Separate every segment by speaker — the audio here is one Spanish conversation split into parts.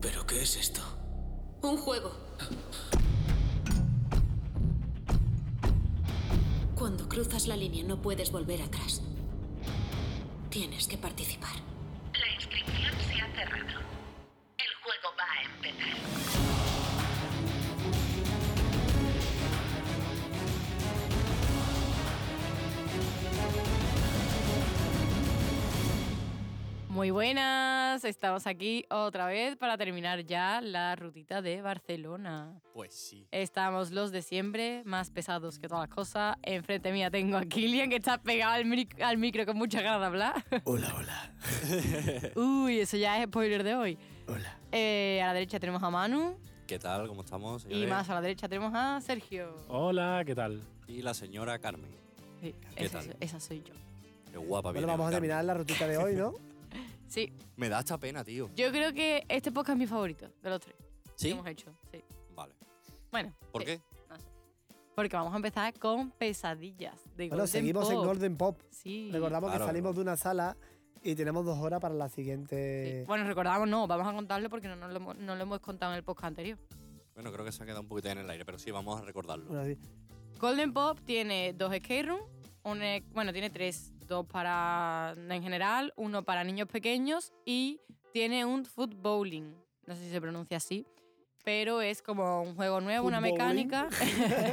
Speaker 1: ¿Pero qué es esto?
Speaker 2: Un juego. Cuando cruzas la línea no puedes volver atrás. Tienes que participar.
Speaker 3: La inscripción se ha cerrado. El juego va a empezar.
Speaker 4: Muy buenas, estamos aquí otra vez para terminar ya la rutita de Barcelona.
Speaker 5: Pues sí.
Speaker 4: Estamos los de siempre, más pesados que todas las cosas. Enfrente mía tengo a Kilian que está pegado al, mic- al micro con mucha ganas de hablar.
Speaker 1: Hola, hola.
Speaker 4: Uy, eso ya es spoiler de hoy.
Speaker 1: Hola.
Speaker 4: Eh, a la derecha tenemos a Manu
Speaker 5: ¿Qué tal? ¿Cómo estamos?
Speaker 4: y
Speaker 5: señores?
Speaker 4: más a la derecha tenemos a Sergio.
Speaker 5: Oh,
Speaker 6: Hola, ¿qué tal?
Speaker 5: Y la señora Carmen.
Speaker 4: Sí,
Speaker 5: ¿Qué
Speaker 4: esa,
Speaker 5: tal?
Speaker 4: soy- esa soy yo.
Speaker 5: Qué guapa
Speaker 7: Bueno,
Speaker 5: viene,
Speaker 7: vamos a
Speaker 5: Carmen.
Speaker 7: terminar la rutita de hoy, ¿no?
Speaker 4: Sí,
Speaker 5: Me da esta pena, tío.
Speaker 4: yo creo que este podcast es mi favorito de los tres
Speaker 5: ¿Sí?
Speaker 4: que hemos hecho. Sí.
Speaker 5: Vale.
Speaker 4: Bueno.
Speaker 5: ¿Por
Speaker 4: sí,
Speaker 5: qué?
Speaker 4: no sé. Porque vamos a empezar con pesadillas de
Speaker 7: Bueno,
Speaker 4: Golden
Speaker 7: seguimos en
Speaker 4: Pop.
Speaker 7: Golden Pop.
Speaker 4: Sí.
Speaker 7: Recordamos
Speaker 5: Claro.
Speaker 7: que salimos de una sala y tenemos dos horas para la
Speaker 4: Sí.
Speaker 7: siguiente.
Speaker 4: Eh, Bueno, recordamos, no, vamos a contarlo porque no, nos lo, hemos- no lo hemos contado en el podcast anterior.
Speaker 5: Bueno, creo que se ha quedado un poquito en el aire, pero sí, vamos a recordarlo.
Speaker 7: Bueno, sí.
Speaker 4: Golden Pop tiene dos escape rooms, un e- bueno, tiene tres, dos para en general, uno para niños pequeños y tiene un foot bowling, no sé si se pronuncia así, pero es como un juego nuevo,
Speaker 7: Foot
Speaker 4: una
Speaker 7: bowling.
Speaker 4: mecánica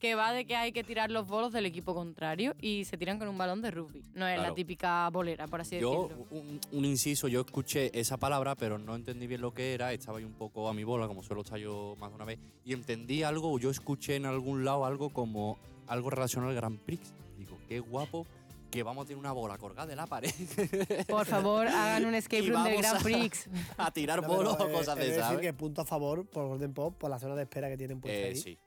Speaker 4: que va de que hay que tirar los bolos del equipo contrario y se tiran con un balón de rugby. No es la
Speaker 5: Claro.
Speaker 4: típica bolera, por así
Speaker 5: Yo,
Speaker 4: decirlo.
Speaker 5: un, un inciso, yo escuché esa palabra, pero no entendí bien lo que era. Estaba ahí un poco a mi bola, como suelo estar yo más de una vez. Y entendí algo, o yo escuché en algún lado algo como algo relacionado al Grand Prix. Digo, qué guapo que vamos a tener una bola colgada de la pared.
Speaker 4: Por favor, hagan un escape
Speaker 5: Y
Speaker 4: room del
Speaker 5: vamos
Speaker 4: Grand
Speaker 5: a-
Speaker 4: Prix.
Speaker 5: a tirar
Speaker 7: No,
Speaker 5: bolos o
Speaker 7: pero, eh,
Speaker 5: cosas
Speaker 7: he
Speaker 5: de
Speaker 7: de
Speaker 5: esas.
Speaker 7: decir
Speaker 5: ¿sabes?
Speaker 7: que punto a favor por Golden Pop, por la zona de espera que tienen puesta
Speaker 5: Eh,
Speaker 7: ahí.
Speaker 5: sí, sí.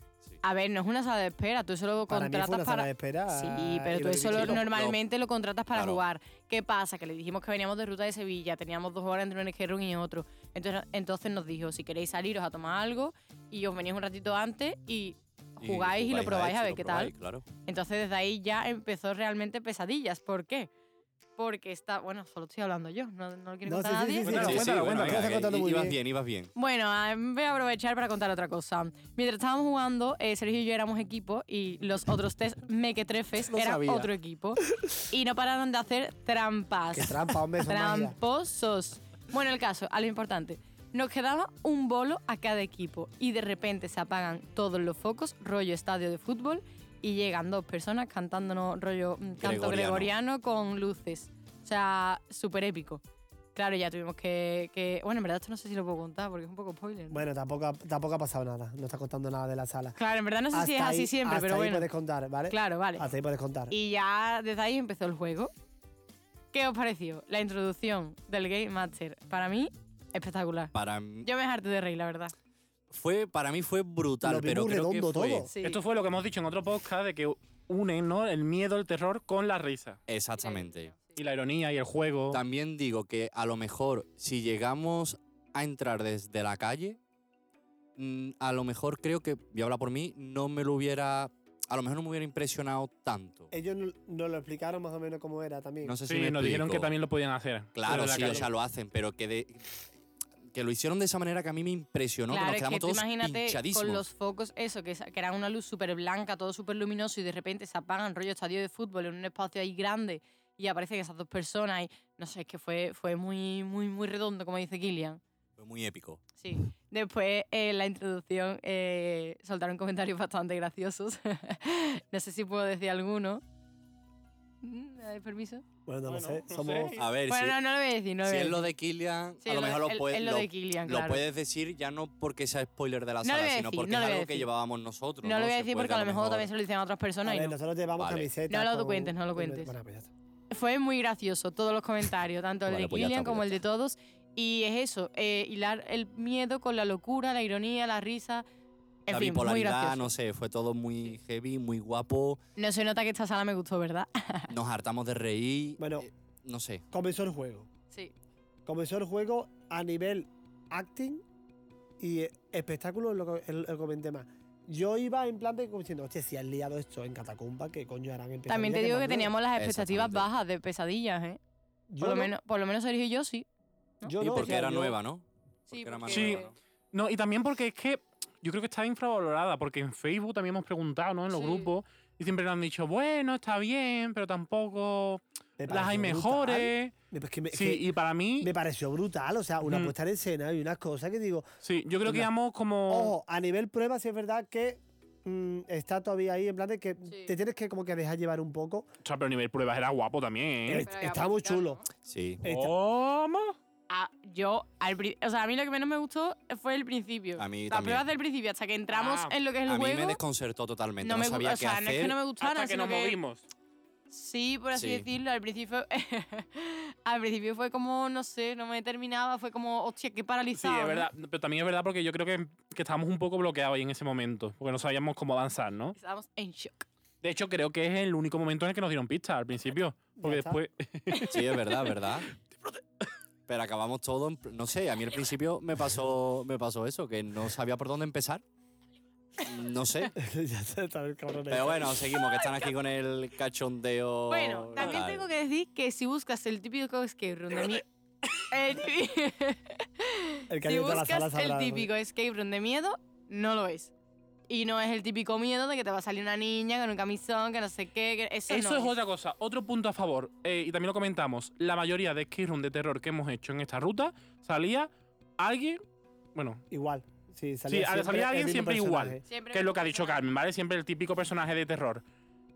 Speaker 4: A ver, no es una sala de espera, tú solo
Speaker 7: Para mí
Speaker 4: contratas
Speaker 7: fue una
Speaker 4: para.
Speaker 7: sala de espera. eh,
Speaker 4: Sí, pero
Speaker 7: y
Speaker 4: tú
Speaker 7: lo
Speaker 4: eso lo-
Speaker 5: difícil.
Speaker 4: normalmente lo contratas para
Speaker 5: Claro.
Speaker 4: jugar. ¿Qué pasa? Que le dijimos que veníamos de ruta de Sevilla, teníamos dos horas entre un escape room y otro. Entonces, entonces nos dijo, si queréis saliros a tomar algo y os venís un ratito antes y jugáis y, lo probáis a
Speaker 5: eso,
Speaker 4: ver
Speaker 5: lo
Speaker 4: qué
Speaker 5: probáis,
Speaker 4: tal.
Speaker 5: Claro.
Speaker 4: Entonces desde ahí ya empezó realmente pesadillas. ¿Por qué? Porque está, bueno, solo estoy hablando yo, no, no lo quiere
Speaker 7: No,
Speaker 4: contar
Speaker 7: sí, sí,
Speaker 4: nadie.
Speaker 7: sí, Cuéntalo, cuéntalo,
Speaker 5: bueno,
Speaker 7: cuéntalo,
Speaker 5: venga,
Speaker 7: que lo estás
Speaker 5: que
Speaker 7: contando muy
Speaker 5: ibas
Speaker 7: bien.
Speaker 5: bien, ibas bien.
Speaker 4: Bueno, ah, voy a aprovechar para contar otra cosa. Mientras estábamos jugando, eh, Sergio y yo éramos equipo y los otros tres mequetrefes
Speaker 7: Lo
Speaker 4: eran
Speaker 7: sabía.
Speaker 4: otro equipo. Y no pararon de hacer trampas.
Speaker 7: Qué trampa, hombre, eso es magia.
Speaker 4: Tramposos. Bueno, el caso, a lo importante. Nos quedaba un bolo a cada equipo y de repente se apagan todos los focos, rollo estadio de fútbol, y llegan dos personas cantándonos rollo mm, canto
Speaker 5: Gregoriano.
Speaker 4: gregoriano con luces. O sea, súper épico. Claro, ya tuvimos que, que- Bueno, en verdad esto no sé si lo puedo contar porque es un poco spoiler. ¿no?
Speaker 7: Bueno, tampoco, ha- tampoco ha pasado nada. No está contando nada de la sala.
Speaker 4: claro, en verdad no sé si
Speaker 7: Hasta
Speaker 4: es así
Speaker 7: ahí-
Speaker 4: siempre,
Speaker 7: hasta
Speaker 4: pero
Speaker 7: ahí
Speaker 4: bueno.
Speaker 7: puedes contar, ¿vale?
Speaker 4: Claro, vale.
Speaker 7: Hasta ahí puedes contar.
Speaker 4: Y ya desde ahí empezó el juego. ¿Qué os pareció? La introducción del Game Master. Para mí, espectacular.
Speaker 5: Para mí-
Speaker 4: Yo me harté de reír, la verdad.
Speaker 5: fue, para mí fue brutal,
Speaker 7: Lo vimos
Speaker 5: pero creo que
Speaker 7: redondo
Speaker 5: fue.
Speaker 7: todo.
Speaker 4: Sí.
Speaker 6: Esto fue lo que hemos dicho en otro podcast de que unen ¿no? el miedo, el terror con la risa.
Speaker 5: Exactamente.
Speaker 6: Y la ironía y el juego.
Speaker 5: También digo que a lo mejor si llegamos a entrar desde la calle, mm, a lo mejor creo que, voy a hablar por mí, no me lo hubiera. A lo mejor no me hubiera impresionado tanto.
Speaker 7: Ellos no- nos lo explicaron más o menos cómo era también.
Speaker 5: No sé si
Speaker 6: sí,
Speaker 5: me
Speaker 6: nos dijeron que
Speaker 5: explico.
Speaker 6: también lo podían hacer.
Speaker 5: Claro,
Speaker 6: Pero la
Speaker 5: sí,
Speaker 6: calle.
Speaker 5: o sea, lo hacen, pero que de- que lo hicieron de esa manera que a mí me impresionó,
Speaker 4: claro,
Speaker 5: que nos
Speaker 4: es
Speaker 5: quedamos
Speaker 4: que tú
Speaker 5: todos
Speaker 4: imagínate
Speaker 5: pinchadísimos.
Speaker 4: con los focos, eso, que, sa- que era una luz súper blanca, todo súper luminoso y de repente se apagan rollo estadio de fútbol en un espacio ahí grande y aparecen esas dos personas y no sé, es que fue, fue muy, muy, muy redondo, como dice Kilian.
Speaker 5: Fue muy épico.
Speaker 4: Sí. Después, en la introducción, eh, soltaron comentarios bastante graciosos. no sé si puedo decir alguno. Mm, ¿Me dais permiso?
Speaker 7: Bueno, no lo
Speaker 6: Bueno,
Speaker 7: sé.
Speaker 6: no
Speaker 7: Somos.
Speaker 6: sé.
Speaker 5: A ver,
Speaker 4: bueno,
Speaker 5: Eh, si-
Speaker 4: no, no lo voy a decir. No lo
Speaker 5: si
Speaker 4: voy a
Speaker 5: es
Speaker 4: decir.
Speaker 5: lo de Killian,
Speaker 4: Sí,
Speaker 5: a lo
Speaker 4: lo-
Speaker 5: mejor lo,
Speaker 4: el-
Speaker 5: puedes,
Speaker 4: es lo de Killian,
Speaker 5: lo
Speaker 4: claro.
Speaker 5: puedes decir ya no porque sea spoiler de
Speaker 4: No lo
Speaker 5: la sala,
Speaker 4: voy a
Speaker 5: sino
Speaker 4: decir,
Speaker 5: porque
Speaker 4: no lo
Speaker 5: es
Speaker 4: voy a
Speaker 5: algo que
Speaker 4: decir.
Speaker 5: llevábamos nosotros.
Speaker 4: No lo voy a
Speaker 5: Se
Speaker 4: decir
Speaker 5: puede
Speaker 4: porque a lo mejor también se lo dicen a otras
Speaker 7: A
Speaker 4: personas y
Speaker 7: ver,
Speaker 4: no.
Speaker 7: nosotros llevamos
Speaker 5: Vale.
Speaker 7: camisetas.
Speaker 4: No lo
Speaker 7: con-
Speaker 4: cuentes, no lo cuentes.
Speaker 7: Bueno, pues ya está.
Speaker 4: Fue muy gracioso todos los comentarios, tanto el
Speaker 5: Vale,
Speaker 4: de
Speaker 5: pues ya
Speaker 4: Killian
Speaker 5: está,
Speaker 4: como
Speaker 5: pues
Speaker 4: el
Speaker 5: ya
Speaker 4: de todos. Y es eso, eh, hilar el miedo con la locura, la ironía, la risa. En
Speaker 5: la
Speaker 4: fin, muy gracioso.
Speaker 5: bipolaridad, no sé, fue todo muy heavy, muy guapo.
Speaker 4: no se nota que esta sala me gustó, ¿verdad?
Speaker 5: Nos hartamos de reír.
Speaker 7: Bueno.
Speaker 5: eh, no sé.
Speaker 7: Comenzó el juego.
Speaker 4: sí.
Speaker 7: Comenzó el juego a nivel acting y espectáculo, lo que lo que comenté más. Yo iba en plan de como diciendo, hostia, si han liado esto en Catacumba, ¿qué coño harán en
Speaker 4: También te digo que
Speaker 7: Pesadilla?
Speaker 4: teníamos las expectativas
Speaker 5: Exactamente.
Speaker 4: bajas de pesadillas, ¿eh?
Speaker 7: Yo
Speaker 4: Por lo,
Speaker 7: no,
Speaker 4: menos, por lo menos Sergio y yo sí.
Speaker 7: yo
Speaker 5: y
Speaker 7: no, o
Speaker 5: porque
Speaker 7: sea,
Speaker 5: era
Speaker 7: yo-
Speaker 5: nueva, ¿no?
Speaker 4: Sí,
Speaker 5: porque era más
Speaker 4: porque-
Speaker 5: nueva, ¿no?
Speaker 6: No, y también porque es que yo creo que está infravalorada, porque en Facebook también hemos preguntado, ¿no? En los
Speaker 4: Sí.
Speaker 6: grupos, y siempre nos han dicho, bueno, está bien, pero tampoco
Speaker 7: Me
Speaker 6: las hay
Speaker 7: pareció brutal.
Speaker 6: mejores.
Speaker 7: Me- es que me- es
Speaker 6: Sí,
Speaker 7: que
Speaker 6: y para mí,
Speaker 7: me pareció brutal. O sea, una
Speaker 5: Mm.
Speaker 6: Ujú.
Speaker 7: puesta en escena y unas cosas que digo.
Speaker 6: sí, yo creo que
Speaker 7: la-
Speaker 6: íbamos
Speaker 5: Oh.
Speaker 6: como...
Speaker 7: Ojo, a nivel prueba, sí es verdad que mm, está todavía ahí. En plan de que
Speaker 4: Sí.
Speaker 7: te tienes que como que dejar llevar un poco.
Speaker 6: O sea, pero nivel pruebas era guapo también, ¿eh?
Speaker 7: Eh, está muy chulo.
Speaker 5: Sí.
Speaker 7: Está-
Speaker 6: ¿Cómo?
Speaker 4: Ah, yo, al, pri- o sea, a mí lo que menos me gustó fue el principio.
Speaker 5: A mí
Speaker 4: Las
Speaker 5: también.
Speaker 4: pruebas del principio, hasta que entramos
Speaker 6: Ah,
Speaker 4: en lo que es el
Speaker 5: A mí
Speaker 4: juego.
Speaker 5: me desconcertó totalmente.
Speaker 4: no
Speaker 5: No,
Speaker 4: me gu-
Speaker 5: sabía
Speaker 4: o sea,
Speaker 5: qué
Speaker 4: no
Speaker 5: hacer.
Speaker 4: es que no me gustaran,
Speaker 6: Hasta que
Speaker 4: sino
Speaker 6: nos movimos.
Speaker 4: Sí, por así
Speaker 5: Sí.
Speaker 4: decirlo, al principio al principio fue como, no sé, no me terminaba, fue como, hostia, qué
Speaker 6: Sí,
Speaker 4: paralizado.
Speaker 6: es
Speaker 4: ¿no?
Speaker 6: verdad. Pero también es verdad porque yo creo que, que estábamos un poco bloqueados ahí en ese momento, porque no sabíamos cómo avanzar, ¿no?
Speaker 4: Estábamos en shock.
Speaker 6: De hecho, creo que es el único momento en el que nos dieron pistas al principio, porque
Speaker 7: Ya está.
Speaker 6: después...
Speaker 5: Sí, es verdad, es verdad. Pero acabamos todo, en pl- no sé, a mí al principio me pasó, me pasó eso, que no sabía por dónde empezar. No sé.
Speaker 7: ya está, está el cabrón
Speaker 5: Pero
Speaker 7: ese.
Speaker 5: bueno, seguimos, que están aquí con el cachondeo.
Speaker 4: bueno, también
Speaker 5: local.
Speaker 4: tengo que decir que si buscas el típico escape room de mí... El típico,
Speaker 7: El que ha
Speaker 4: si
Speaker 7: ido a la sala
Speaker 4: buscas
Speaker 7: sabrá,
Speaker 4: el
Speaker 7: ¿no?
Speaker 4: típico escape room de miedo, no lo es. Y no es el típico miedo de que te va a salir una niña con un camisón, que no sé qué. que- Eso,
Speaker 6: Eso
Speaker 4: no
Speaker 6: es otra cosa. Otro punto a favor, eh, y también lo comentamos, la mayoría de skate room de terror que hemos hecho en esta ruta salía alguien, bueno,
Speaker 7: Igual. Sí, salía,
Speaker 6: Sí, ahora
Speaker 7: siempre
Speaker 6: salía
Speaker 7: el
Speaker 6: alguien
Speaker 7: mismo
Speaker 6: siempre igual.
Speaker 7: personaje.
Speaker 4: Siempre
Speaker 6: que es lo que ha dicho
Speaker 4: personaje.
Speaker 6: Carmen, ¿vale? Siempre el típico personaje de terror.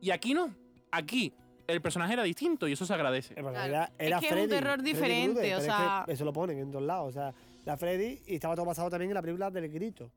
Speaker 6: Y aquí no, aquí el personaje era distinto y eso se agradece.
Speaker 7: En verdad,
Speaker 4: Claro.
Speaker 7: Era, era
Speaker 4: Es que es un
Speaker 7: Freddy.
Speaker 4: terror
Speaker 7: Freddy
Speaker 4: diferente,
Speaker 7: Krueger,
Speaker 4: o
Speaker 7: pero es
Speaker 4: sea-
Speaker 7: que eso lo ponen en todos lados. O sea, la Freddy y estaba todo basado también en la película del grito.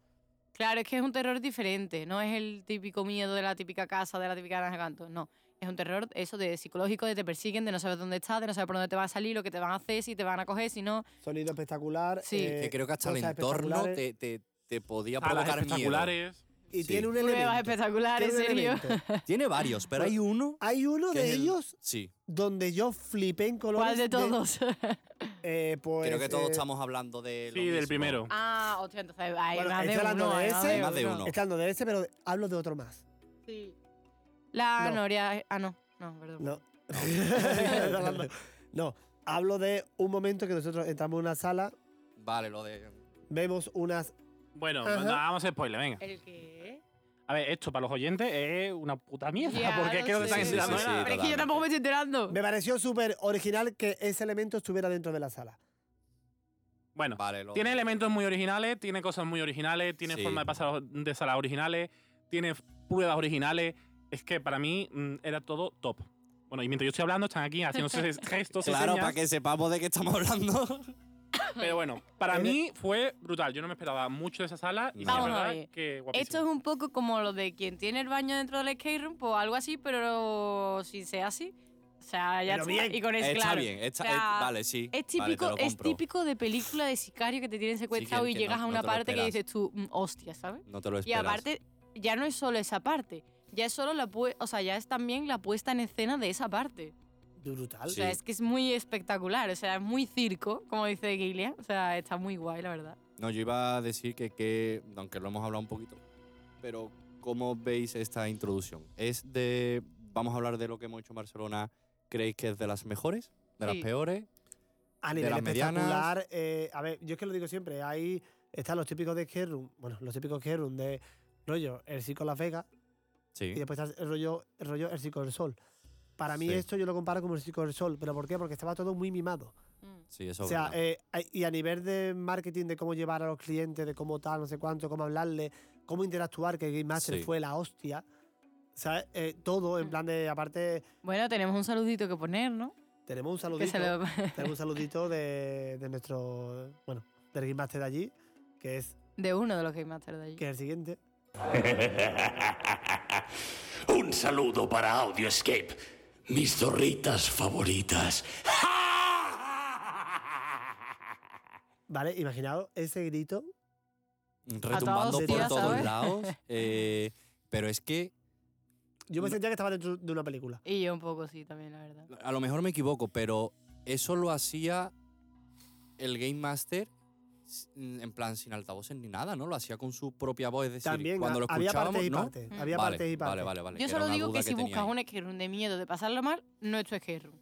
Speaker 4: Claro, es que es un terror diferente. No es el típico miedo de la típica casa, de la típica granja de canto. No. Es un terror, eso de psicológico, de te persiguen, de no saber dónde estás, de no saber por dónde te va a salir, lo que te van a hacer, si te van a coger, si no.
Speaker 7: Sonido espectacular.
Speaker 4: Sí.
Speaker 7: eh,
Speaker 5: Que creo que hasta el
Speaker 7: cosas
Speaker 5: entorno
Speaker 7: espectaculares.
Speaker 5: te, te- te podía
Speaker 6: A Ah, las
Speaker 5: provocar miedo.
Speaker 6: espectaculares.
Speaker 7: Y
Speaker 5: Sí.
Speaker 7: tiene un
Speaker 4: Pruebas
Speaker 7: elemento.
Speaker 4: espectaculares,
Speaker 7: tiene un
Speaker 4: serio.
Speaker 7: elemento.
Speaker 5: Tiene varios, pero hay uno.
Speaker 7: Hay uno
Speaker 5: que
Speaker 7: de
Speaker 5: es el-
Speaker 7: ellos
Speaker 5: Sí.
Speaker 7: donde yo flipé en colores.
Speaker 4: ¿Cuál de todos?
Speaker 7: eh, pues,
Speaker 5: creo que todos
Speaker 7: eh,
Speaker 5: estamos hablando de. lo
Speaker 6: Sí, del
Speaker 5: mismo.
Speaker 6: primero.
Speaker 4: ah, hostia, entonces hay
Speaker 7: Bueno,
Speaker 4: más de
Speaker 7: está hablando
Speaker 4: uno.
Speaker 7: de
Speaker 4: hay
Speaker 7: ese.
Speaker 5: Más de uno.
Speaker 7: Está hablando de ese, este, pero hablo de otro más.
Speaker 4: Sí. La
Speaker 7: No.
Speaker 4: Noria. Ah, no. No, perdón.
Speaker 7: No. Está hablando- no, hablo de un momento que nosotros entramos en una sala,
Speaker 5: Vale, lo de.
Speaker 7: vemos unas.
Speaker 6: Bueno,
Speaker 7: Ajá.
Speaker 6: no, vamos a spoiler, venga.
Speaker 4: ¿El qué?
Speaker 6: A ver, esto para los oyentes es una puta mierda,
Speaker 4: Ya,
Speaker 6: porque es que
Speaker 4: lo
Speaker 6: no te
Speaker 4: sé.
Speaker 6: están
Speaker 5: Sí, sí,
Speaker 6: enterando de
Speaker 5: sí,
Speaker 6: nada.
Speaker 4: Pero es que yo
Speaker 5: totalmente.
Speaker 4: tampoco me estoy enterando.
Speaker 7: Me pareció súper original que ese elemento estuviera dentro de la sala.
Speaker 6: Bueno,
Speaker 5: Vale, lo
Speaker 6: Tiene
Speaker 5: de-
Speaker 6: elementos muy originales, tiene cosas muy originales, tiene
Speaker 5: Sí.
Speaker 6: forma de pasar de salas originales, tiene f- pruebas originales. Es que para mí mm, era todo top. Bueno, y mientras yo estoy hablando, están aquí haciendo gestos.
Speaker 5: Claro,
Speaker 6: señas,
Speaker 5: para que sepamos de qué estamos hablando.
Speaker 6: Pero bueno, para
Speaker 7: Eres-
Speaker 6: mí fue brutal. Yo no me esperaba mucho de esa sala y sí,
Speaker 5: Vamos
Speaker 6: es
Speaker 4: a
Speaker 6: verdad
Speaker 4: ver.
Speaker 6: que guapísimo.
Speaker 4: Esto es un poco como lo de quien tiene el baño dentro del skate room, pues algo así, pero si sea así. O sea, ya
Speaker 7: Pero
Speaker 4: está.
Speaker 7: bien.
Speaker 4: Y con eso,
Speaker 5: está
Speaker 4: claro.
Speaker 5: bien, está,
Speaker 4: O sea,
Speaker 5: eh, vale, sí.
Speaker 4: Es
Speaker 5: vale, te
Speaker 4: típico,
Speaker 5: lo
Speaker 4: es
Speaker 5: compro.
Speaker 4: típico de película de sicario que te tienen secuestrado y
Speaker 5: que
Speaker 4: llegas
Speaker 5: no-
Speaker 4: a
Speaker 5: no
Speaker 4: una
Speaker 5: te lo
Speaker 4: parte que
Speaker 5: esperas.
Speaker 4: dices tú, "Mm, hostia, ¿sabes?
Speaker 5: No te lo
Speaker 4: Y
Speaker 5: esperas.
Speaker 4: aparte, ya no es solo esa parte. Ya es solo la pu- o sea, ya es también la puesta en escena de esa parte.
Speaker 7: Brutal.
Speaker 4: O sea,
Speaker 5: Sí.
Speaker 4: es que es muy espectacular. O sea, es muy circo, como dice Gilia. O sea, está muy guay, la verdad.
Speaker 5: No, yo iba a decir que, que, aunque lo hemos hablado un poquito, pero ¿cómo veis esta introducción? ¿Es de, vamos a hablar de lo que hemos hecho en Barcelona, creéis que es de las mejores, de
Speaker 4: Sí.
Speaker 5: las peores?
Speaker 7: A
Speaker 5: de
Speaker 7: nivel
Speaker 5: las medianas.
Speaker 7: espectacular, eh, a ver, yo es que lo digo siempre, ahí están los típicos de skate room, bueno, los típicos skate room de rollo el psico Las Vegas
Speaker 5: Sí.
Speaker 7: y después está el rollo el, rollo el psico del sol. Para mí
Speaker 5: Sí.
Speaker 7: esto yo lo comparo como el psico del sol, pero ¿por qué? Porque estaba todo muy mimado.
Speaker 5: Sí, eso
Speaker 7: O
Speaker 5: es
Speaker 7: sea,
Speaker 5: verdad.
Speaker 7: eh, a- y a nivel de marketing, de cómo llevar a los clientes, de cómo tal, no sé cuánto, cómo hablarle, cómo interactuar, que Game Master
Speaker 5: Sí.
Speaker 7: fue la hostia. ¿Sabes? Eh, todo en plan de, aparte,
Speaker 4: Bueno, tenemos un saludito que poner, ¿no?
Speaker 7: tenemos un
Speaker 4: Que
Speaker 7: saludito.
Speaker 4: se lo-
Speaker 7: Tenemos un saludito de, de nuestro, bueno, del Game Master de allí, que es,
Speaker 4: De uno de los Game Masters de allí.
Speaker 7: que es el siguiente.
Speaker 1: Un saludo para Audioscape, mis zorritas favoritas.
Speaker 7: Vale, imaginaos ese grito.
Speaker 4: todos
Speaker 5: Retumbando por
Speaker 4: hostias,
Speaker 5: todos
Speaker 4: ¿sabes?
Speaker 5: lados. eh, pero es que,
Speaker 7: Yo me
Speaker 5: No.
Speaker 7: sentía que estaba dentro de una película.
Speaker 4: Y yo un poco sí también, la verdad.
Speaker 5: a lo mejor me equivoco, pero eso lo hacía el Game Master s- en plan sin altavoces ni nada, ¿no? Lo hacía con su propia voz, es decir,
Speaker 7: También
Speaker 5: cuando lo
Speaker 7: ha- había
Speaker 5: escuchábamos,
Speaker 7: partes y
Speaker 5: ¿no?
Speaker 7: partes. Había
Speaker 5: vale,
Speaker 7: partes y partes.
Speaker 5: vale, vale,
Speaker 4: yo
Speaker 5: vale, que era
Speaker 4: solo
Speaker 5: una
Speaker 4: digo
Speaker 5: duda
Speaker 4: que si
Speaker 5: tenía
Speaker 4: buscas
Speaker 5: ahí.
Speaker 4: un esquerrum de miedo de pasarlo mal, no es tu esquerrum.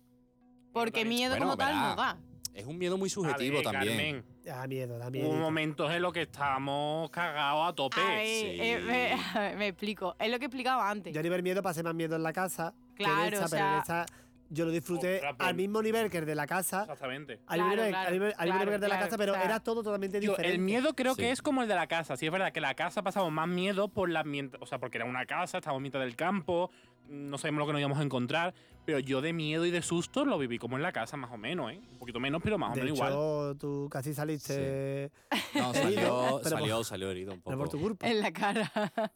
Speaker 4: Porque
Speaker 6: también-
Speaker 4: miedo
Speaker 5: Bueno,
Speaker 4: como tal no
Speaker 5: verá.
Speaker 4: da.
Speaker 5: Es un miedo muy
Speaker 6: A ver,
Speaker 5: subjetivo también.
Speaker 6: Carmen,
Speaker 7: Da miedo, Ah, da miedo.
Speaker 6: hubo momentos en los que estamos cagados a tope.
Speaker 4: A ver,
Speaker 5: sí.
Speaker 4: eh, me, me explico. Es lo que explicaba antes.
Speaker 7: Yo a nivel miedo pasé más miedo en la casa. que en
Speaker 4: Claro,
Speaker 7: esta,
Speaker 4: o
Speaker 7: pero en
Speaker 4: sea-
Speaker 7: esta yo lo disfruté
Speaker 6: Otra, pues-
Speaker 7: al mismo nivel que el de la casa.
Speaker 6: Exactamente.
Speaker 7: Al mismo
Speaker 4: Claro,
Speaker 7: nivel,
Speaker 4: claro,
Speaker 7: al mismo- al mismo
Speaker 4: claro,
Speaker 7: nivel de la
Speaker 4: claro,
Speaker 7: casa, pero
Speaker 4: o sea,
Speaker 7: era todo totalmente
Speaker 6: Digo,
Speaker 7: diferente.
Speaker 6: el miedo creo
Speaker 5: Sí.
Speaker 6: que es como el de la casa. Sí, es verdad que la casa pasamos más miedo por la ambienta- O sea, porque era una casa, estábamos en mitad del campo, no sabemos lo que nos íbamos a encontrar. Pero yo de miedo y de susto lo viví como en la casa, más o menos, ¿eh? Un poquito menos, pero más o
Speaker 7: de
Speaker 6: menos
Speaker 7: hecho,
Speaker 6: igual.
Speaker 7: tú casi saliste.
Speaker 5: No,
Speaker 7: Herido,
Speaker 5: salió,
Speaker 7: pero
Speaker 5: salió, salió herido un
Speaker 7: No por tu
Speaker 5: poco.
Speaker 7: culpa.
Speaker 4: En la cara.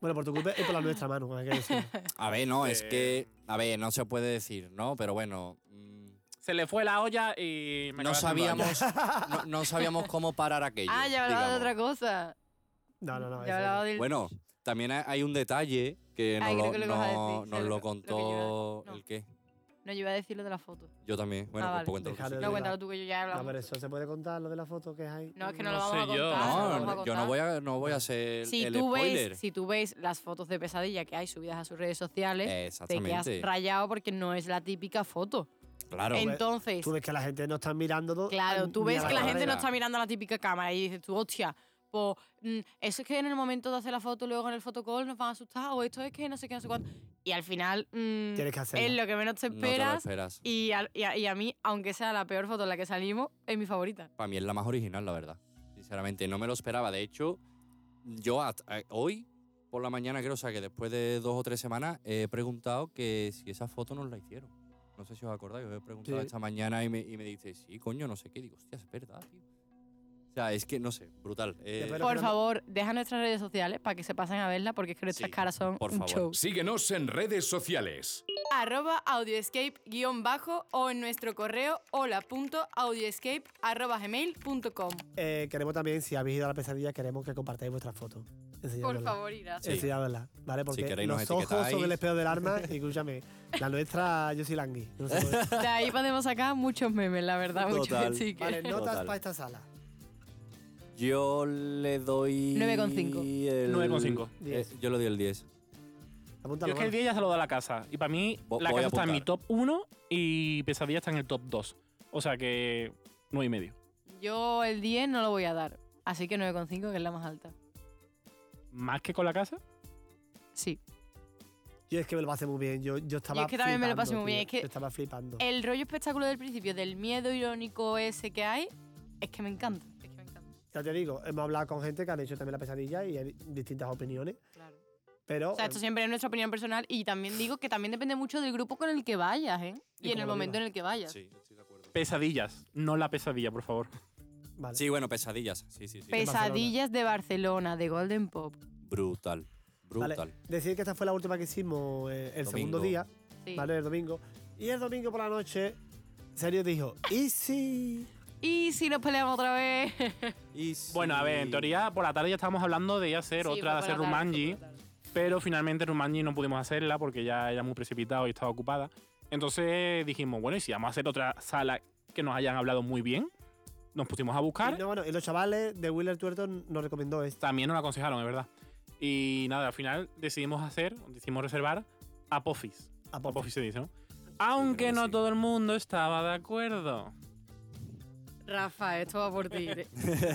Speaker 7: Bueno, por tu culpa y por la nuestra mano. hay que decirlo.
Speaker 5: A ver, no, es
Speaker 6: Eh.
Speaker 5: que. A ver, no se puede decir, ¿no? Pero bueno. mm,
Speaker 6: Se le fue la olla y me
Speaker 5: No
Speaker 6: acabé haciendo daño.
Speaker 5: sabíamos, no, no sabíamos cómo parar aquello.
Speaker 4: Ah, ya hablaba de
Speaker 5: digamos.
Speaker 4: otra cosa.
Speaker 7: No, no, no.
Speaker 4: Ya
Speaker 7: eso
Speaker 4: hablaba
Speaker 7: no.
Speaker 4: del.
Speaker 5: Bueno, también hay- hay un detalle que nos
Speaker 4: Ay, Ah, creo
Speaker 5: lo,
Speaker 4: que lo ibas a
Speaker 5: no-
Speaker 4: decir,
Speaker 5: nos
Speaker 4: sé lo
Speaker 5: lo
Speaker 4: que- lo que
Speaker 5: contó.
Speaker 4: yo iba- no.
Speaker 5: ¿El qué?
Speaker 4: No, yo iba a decir lo de la foto.
Speaker 5: Yo también. Bueno,
Speaker 4: Ah,
Speaker 5: pues
Speaker 4: vale.
Speaker 5: cuéntalo tú, si
Speaker 7: Déjalo
Speaker 5: quieres.
Speaker 4: No,
Speaker 7: verdad.
Speaker 4: cuéntalo tú que yo ya he hablado.
Speaker 7: No,
Speaker 5: Ah,
Speaker 7: pero eso se puede contar, lo de la foto que hay.
Speaker 4: No, es que no,
Speaker 6: No
Speaker 4: lo vamos a
Speaker 6: sé yo.
Speaker 4: contar. lo
Speaker 6: Ah,
Speaker 5: No,
Speaker 4: vamos a
Speaker 5: yo no
Speaker 4: contar.
Speaker 5: voy a, no voy a hacer
Speaker 4: Si
Speaker 5: el
Speaker 4: tú,
Speaker 5: spoiler.
Speaker 4: ves, si tú ves las fotos de pesadilla que hay subidas a sus redes sociales, te quedas
Speaker 5: Exactamente.
Speaker 4: rayado porque no es la típica foto.
Speaker 5: Claro.
Speaker 7: En-
Speaker 4: Entonces,
Speaker 7: Tú ves que la gente no está mirando. do-
Speaker 4: claro,
Speaker 7: a-
Speaker 4: tú
Speaker 7: ni a
Speaker 4: ves que la gente
Speaker 7: carrera.
Speaker 4: no está mirando la típica cámara y dices tú, hostia, pues mm, eso es que en el momento de hacer la foto, luego en el fotocall nos van a asustar, o esto es que no sé qué, no sé cuánto. Y al final, mm,
Speaker 7: Tienes
Speaker 4: es
Speaker 7: que hacerlo.
Speaker 4: lo que menos te
Speaker 5: no te lo
Speaker 4: esperas.
Speaker 5: esperas.
Speaker 4: y, al- y a, y a mí, aunque sea la peor foto en la que salimos, es mi favorita.
Speaker 5: Para mí es la más original, la verdad. Sinceramente, no me lo esperaba. De hecho, yo hasta- eh, hoy, por la mañana, creo, o sea, que después de dos o tres semanas, he preguntado que si esa foto nos la hicieron. No sé si os acordáis, os he preguntado
Speaker 7: Sí.
Speaker 5: esta mañana y me, y me dice, sí, coño, no sé qué. Digo, hostia, es verdad, tío. O sea, es que, no sé, brutal. Eh,
Speaker 7: pero-
Speaker 4: Por favor, deja nuestras redes sociales para que se pasen a verla, porque es que nuestras
Speaker 5: Sí,
Speaker 4: caras son
Speaker 5: por
Speaker 4: un
Speaker 5: favor.
Speaker 4: show.
Speaker 8: Síguenos en redes sociales.
Speaker 4: arroba audioescape-bajo o en nuestro correo hola.audioescape.gmail.com
Speaker 7: Eh, queremos también, si habéis ido a la pesadilla, queremos que compartáis vuestras fotos.
Speaker 4: Por
Speaker 7: Enseñándolas.
Speaker 4: favor, y gracias.
Speaker 5: Sí.
Speaker 7: Enseñándolas, ¿vale? Porque
Speaker 5: queréis nos
Speaker 7: los ojos
Speaker 5: etiquetáis.
Speaker 7: son el espejo del arma. y escúchame, la nuestra, yo soy Langui. No se puede.
Speaker 4: De ahí podemos sacar muchos memes, la verdad,
Speaker 5: Total.
Speaker 4: muchos chiques.
Speaker 7: Vale, notas
Speaker 5: Total.
Speaker 7: para esta sala.
Speaker 5: yo le doy...
Speaker 4: 9,5.
Speaker 5: el-
Speaker 6: 9,5.
Speaker 5: eh,
Speaker 7: Diez.
Speaker 5: yo le doy el 10.
Speaker 6: Yo
Speaker 7: Apúntalo.
Speaker 6: es que el
Speaker 7: bueno.
Speaker 6: día ya se lo da la casa. Y para mí,
Speaker 5: Vo-
Speaker 6: la
Speaker 5: voy
Speaker 6: casa
Speaker 5: a
Speaker 6: está en mi
Speaker 5: apuntar.
Speaker 6: top 1 y pesadilla está en el top 2. O sea que. 9 y medio.
Speaker 4: Yo el 10 no lo voy a dar, así que 9,5, que es la más alta.
Speaker 6: ¿Más que con la casa?
Speaker 4: Sí.
Speaker 7: Yo es que me lo pasé muy bien. Yo, yo estaba.
Speaker 4: Yo es que también me lo
Speaker 7: flipando,
Speaker 4: pasé muy bien,
Speaker 7: tío.
Speaker 4: es que- eh
Speaker 7: Yo estaba flipando.
Speaker 4: El rollo espectáculo del principio, del miedo irónico ese que hay, es que me encanta. Es que me encanta,
Speaker 7: Ya te digo, hemos hablado con gente que han hecho también la pesadilla y hay distintas opiniones.
Speaker 4: claro.
Speaker 7: Pero.
Speaker 4: O sea, esto siempre es nuestra opinión personal y también digo que también depende mucho del grupo con el que vayas, ¿eh?
Speaker 7: Y
Speaker 4: Y en el
Speaker 7: cómo lo
Speaker 4: momento en
Speaker 7: vivas.
Speaker 4: el que vayas.
Speaker 5: Sí, estoy de acuerdo.
Speaker 6: Pesadillas. No la pesadilla, por favor.
Speaker 7: eh, vale.
Speaker 5: Sí, bueno, pesadillas. Sí, sí, sí.
Speaker 7: Pes-
Speaker 4: Pesadillas de Barcelona, de Golden Pop.
Speaker 5: brutal.
Speaker 7: Vale.
Speaker 5: Brutal.
Speaker 7: Decir que esta fue la última que hicimos eh, el segundo
Speaker 5: Domingo.
Speaker 7: día,
Speaker 4: Sí.
Speaker 7: ¿vale? El domingo. Y el domingo por la noche, Serio dijo, ¿y si?
Speaker 4: Y si nos peleamos otra vez.
Speaker 5: Y
Speaker 6: Bueno, a ver, en
Speaker 5: sí.
Speaker 6: teoría por la tarde ya estábamos hablando de hacer
Speaker 4: Sí,
Speaker 6: otra, de
Speaker 4: fue
Speaker 6: hacer
Speaker 4: por la tarde,
Speaker 6: Rumanji,
Speaker 4: fue por la tarde.
Speaker 6: pero finalmente Rumanji no pudimos hacerla porque ya era muy precipitado y estaba ocupada. Entonces dijimos, bueno, y si vamos a hacer otra sala que nos hayan hablado muy bien, nos pusimos a buscar.
Speaker 7: Y no, bueno, y los chavales de Wheeler Tuerto nos recomendó esta.
Speaker 6: También nos la aconsejaron, es verdad. Y nada, al final decidimos hacer, decidimos reservar Apophis. Apophis se dice, ¿no? Aunque
Speaker 5: que
Speaker 6: no
Speaker 5: sí.
Speaker 6: todo el mundo estaba de acuerdo.
Speaker 4: Rafa, esto va por ti.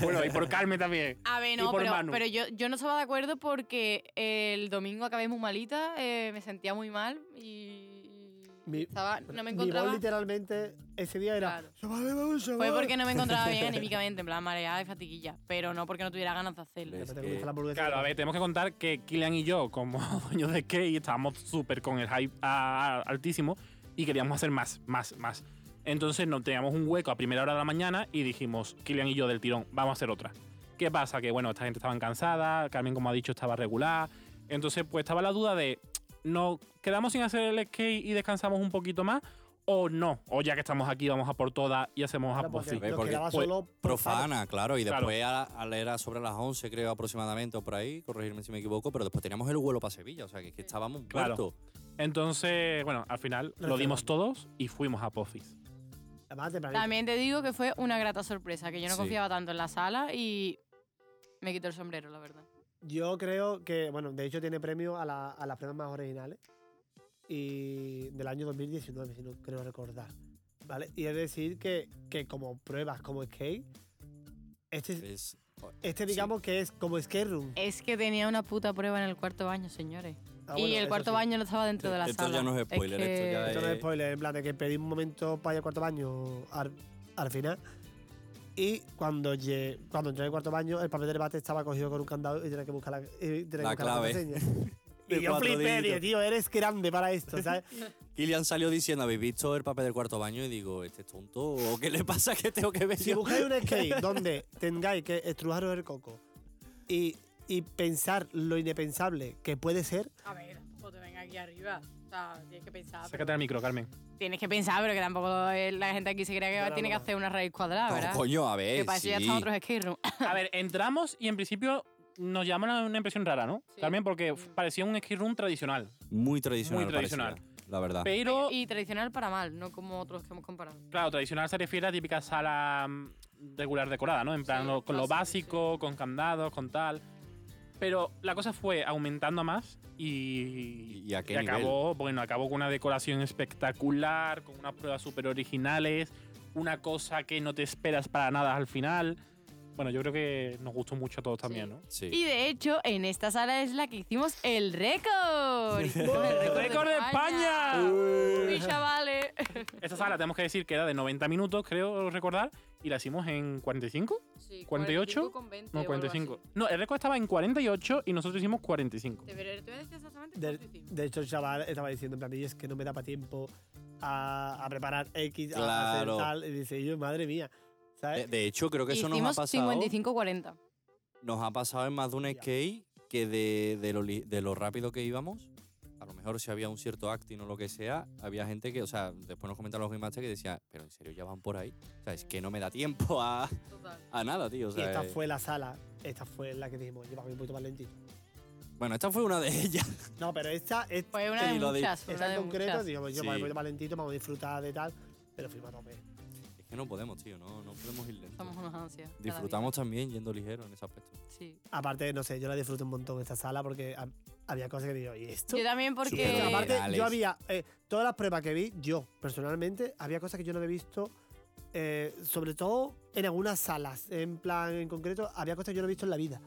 Speaker 6: Bueno, y por Carmen también.
Speaker 4: A ver,
Speaker 6: Y
Speaker 4: no,
Speaker 6: por
Speaker 4: pero,
Speaker 6: Manu.
Speaker 4: pero yo, yo no estaba de acuerdo porque el domingo acabé muy malita, eh, me sentía muy mal y
Speaker 7: Mi-
Speaker 4: estaba- no me
Speaker 7: Mi voz,
Speaker 4: encontraba.
Speaker 7: literalmente ese día era.
Speaker 4: Claro.
Speaker 7: "Chavales, vamos,
Speaker 4: Fue
Speaker 7: chavales".
Speaker 4: porque no me encontraba bien anímicamente, en plan mareada y fatiguilla, pero no porque no tuviera ganas de hacerlo.
Speaker 5: Es
Speaker 7: Después te
Speaker 5: que-
Speaker 7: comiste la hamburguesa.
Speaker 6: Claro, a ver, tenemos que contar que Kilian y yo, como dueños de Key, estábamos súper con el hype ah, altísimo y queríamos hacer más, más, más. Entonces no teníamos un hueco a primera hora de la mañana y dijimos, Kilian y yo del tirón, vamos a hacer otra. ¿Qué pasa? Que bueno, esta gente estaba cansada, Carmen, como ha dicho, estaba regular. Entonces, pues estaba la duda de, ¿nos quedamos sin hacer el skate y descansamos un poquito más? ¿O no? O ya que estamos aquí, vamos a por todas y hacemos a
Speaker 7: Claro,
Speaker 6: por
Speaker 7: porque
Speaker 6: pues sí.
Speaker 5: Ve,
Speaker 7: nos
Speaker 5: porque
Speaker 7: pues, quedaba
Speaker 5: fue
Speaker 7: solo
Speaker 5: Profana, claro. Y
Speaker 6: Claro.
Speaker 5: después a, a la- era sobre las 11, creo, aproximadamente, o por ahí, corregirme si me equivoco, pero después teníamos el vuelo para Sevilla, o sea, que, es que estábamos
Speaker 6: Claro.
Speaker 5: muertos.
Speaker 6: Entonces, bueno, al final lo dimos todos y fuimos a Apophis.
Speaker 7: Además, tempranito.
Speaker 4: También te digo que fue una grata sorpresa, que yo no
Speaker 5: Sí.
Speaker 4: confiaba tanto en la sala y me quito el sombrero, la verdad.
Speaker 7: Yo creo que, bueno, de hecho tiene premio a, la- a las prendas más originales y del año 2019, si no creo recordar. ¿vale? Y es decir que, que como pruebas como skate, este,
Speaker 5: Es,
Speaker 7: este digamos que es como skate room.
Speaker 4: Es que tenía una puta prueba en el cuarto baño, señores.
Speaker 7: Ah,
Speaker 4: y
Speaker 7: bueno,
Speaker 4: el
Speaker 7: eso
Speaker 4: cuarto
Speaker 7: sí.
Speaker 4: baño no estaba dentro de la
Speaker 5: Eh, Esto
Speaker 4: sala.
Speaker 5: ya no es spoiler, esto ya
Speaker 7: Esto no es
Speaker 5: Eh,
Speaker 7: spoiler, en plan de que pedí un momento para ir al cuarto baño al, al final. Y cuando, lle- cuando entré al cuarto baño, el papel de debate estaba cogido con un candado y tenía que buscar la, y tenía que
Speaker 5: La
Speaker 7: buscar
Speaker 5: clave.
Speaker 7: contraseña.
Speaker 5: De
Speaker 7: y yo
Speaker 5: cuatro
Speaker 7: flipé,
Speaker 5: dígitos.
Speaker 7: tío, tío, eres grande para esto, ¿sabes?
Speaker 5: Kilian salió diciendo, ¿habéis visto el papel del cuarto baño? Y digo, ¿este es tonto? ¿O qué le pasa que tengo que ver
Speaker 7: Si
Speaker 5: yo?
Speaker 7: buscáis un skate donde tengáis que estrujaros el coco y, y pensar lo inepensable que puede ser,
Speaker 4: A ver, tampoco te venga aquí arriba. O sea, tienes que pensar.
Speaker 6: Sácate el micro, Carmen.
Speaker 4: Tienes que pensar, pero que tampoco eh, la gente aquí se crea que
Speaker 7: No, no,
Speaker 4: tiene
Speaker 7: no.
Speaker 4: que hacer una raíz cuadrada,
Speaker 5: No,
Speaker 4: ¿verdad?
Speaker 5: coño, a
Speaker 4: que
Speaker 5: ver,
Speaker 4: para
Speaker 5: sí.
Speaker 4: eso ya están otros skate room.
Speaker 6: A ver, entramos y en principio nos llama una- una impresión rara, ¿no?
Speaker 4: Sí.
Speaker 6: Carmen, porque f- parecía un skate room tradicional.
Speaker 5: Muy tradicional.
Speaker 6: Muy tradicional.
Speaker 5: parecía, la verdad.
Speaker 6: Pero,
Speaker 4: Y tradicional para mal, no como otros que hemos comparado.
Speaker 6: claro, tradicional se refiere a típica sala mm, regular decorada, ¿no? En plan,
Speaker 4: Sí,
Speaker 6: lo- con lo
Speaker 4: básico,
Speaker 6: básico, con candados, con tal. Pero la cosa fue aumentando a más y,
Speaker 5: ¿Y a qué
Speaker 6: acabó, bueno, acabó con una decoración espectacular, con unas pruebas súper originales, una cosa que no te esperas para nada al final. Bueno, yo creo que nos gustó mucho a todos también, ¿no?
Speaker 5: Sí.
Speaker 4: Y de hecho, en esta sala es la que hicimos el récord. Hicimos el
Speaker 6: ¡Récord de España!
Speaker 5: Uh.
Speaker 4: ¡Uy, chavales!
Speaker 6: Esta sala tenemos que decir que era de 90 minutos, creo recordar, y la hicimos en 45,
Speaker 4: Sí, 45
Speaker 6: 48,
Speaker 4: con 20
Speaker 6: no
Speaker 4: o algo así.
Speaker 6: 45. No, el récord estaba en 48 y nosotros hicimos 45.
Speaker 4: Te veré, te voy a decir exactamente
Speaker 7: de,
Speaker 4: cuánto hicimos.
Speaker 7: de hecho el chaval estaba diciendo, en plan, "Y es que no me da para tiempo a, a preparar X, a hacer
Speaker 5: Claro.
Speaker 7: tal. Y dice, yo, madre mía.
Speaker 5: De,
Speaker 7: ¿sabes?
Speaker 5: de hecho, creo que eso nos ha
Speaker 4: hicimos
Speaker 5: pasado.
Speaker 4: 55-40.
Speaker 5: Nos ha pasado en más de un skate que de, de lo, li- de lo rápido que íbamos. A lo mejor si había un cierto acting o lo que sea, había gente que, o sea, después nos comentaron los Game Master que decía, pero en serio ya van por ahí. O sea, es que no me da tiempo a,
Speaker 4: Total.
Speaker 5: a nada, tío. O
Speaker 7: y
Speaker 5: sea,
Speaker 7: esta
Speaker 5: eh,
Speaker 7: fue la sala, esta fue la que dijimos, llevamos un poquito más lentito.
Speaker 5: Bueno, esta fue una de ellas.
Speaker 7: No, pero esta, esta,
Speaker 4: Fue una
Speaker 5: Sí,
Speaker 4: de
Speaker 5: lo di-
Speaker 4: muchas. fue una
Speaker 7: esta
Speaker 4: de
Speaker 7: en concreto,
Speaker 4: muchas.
Speaker 7: digamos, yo
Speaker 5: Sí.
Speaker 7: un poquito más lentito, vamos a disfrutar de tal, pero firma a tope.
Speaker 5: Es que no podemos, tío, no, no podemos ir lento.
Speaker 4: Estamos unos ansias. cada día.
Speaker 5: Disfrutamos también yendo ligero en ese aspecto.
Speaker 4: Sí.
Speaker 7: Aparte, no sé, yo la disfruto un montón esta sala porque ha- había cosas que digo, ¿y esto?
Speaker 4: Yo también
Speaker 5: Súper
Speaker 7: Pero
Speaker 5: Eh,
Speaker 4: porque...
Speaker 7: aparte,
Speaker 5: Alex.
Speaker 7: yo había. eh, todas las pruebas que vi, yo personalmente, había cosas que yo no había visto. eh, sobre todo en algunas salas. En plan, en concreto, había cosas que yo no he visto en la vida.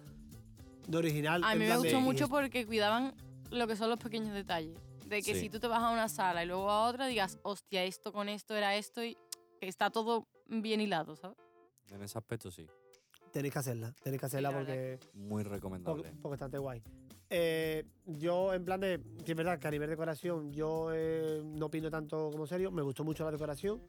Speaker 7: De original.
Speaker 4: A
Speaker 7: en
Speaker 4: mí me
Speaker 7: plan
Speaker 4: gustó
Speaker 7: de-
Speaker 4: mucho porque cuidaban lo que son los pequeños detalles. De que
Speaker 5: Sí.
Speaker 4: si tú te vas a una sala y luego a otra, digas, hostia, esto con esto era esto y que está todo bien hilado, ¿sabes?
Speaker 5: En ese aspecto sí,
Speaker 7: Tenéis que hacerla. Tenéis que hacerla
Speaker 4: la verdad
Speaker 7: porque.
Speaker 5: muy
Speaker 7: porque,
Speaker 5: recomendable.
Speaker 7: porque está bastante guay. Eh, yo, en plan de. Sí, es verdad que a nivel de decoración, yo eh, no opino tanto como serio. Me gustó mucho la decoración.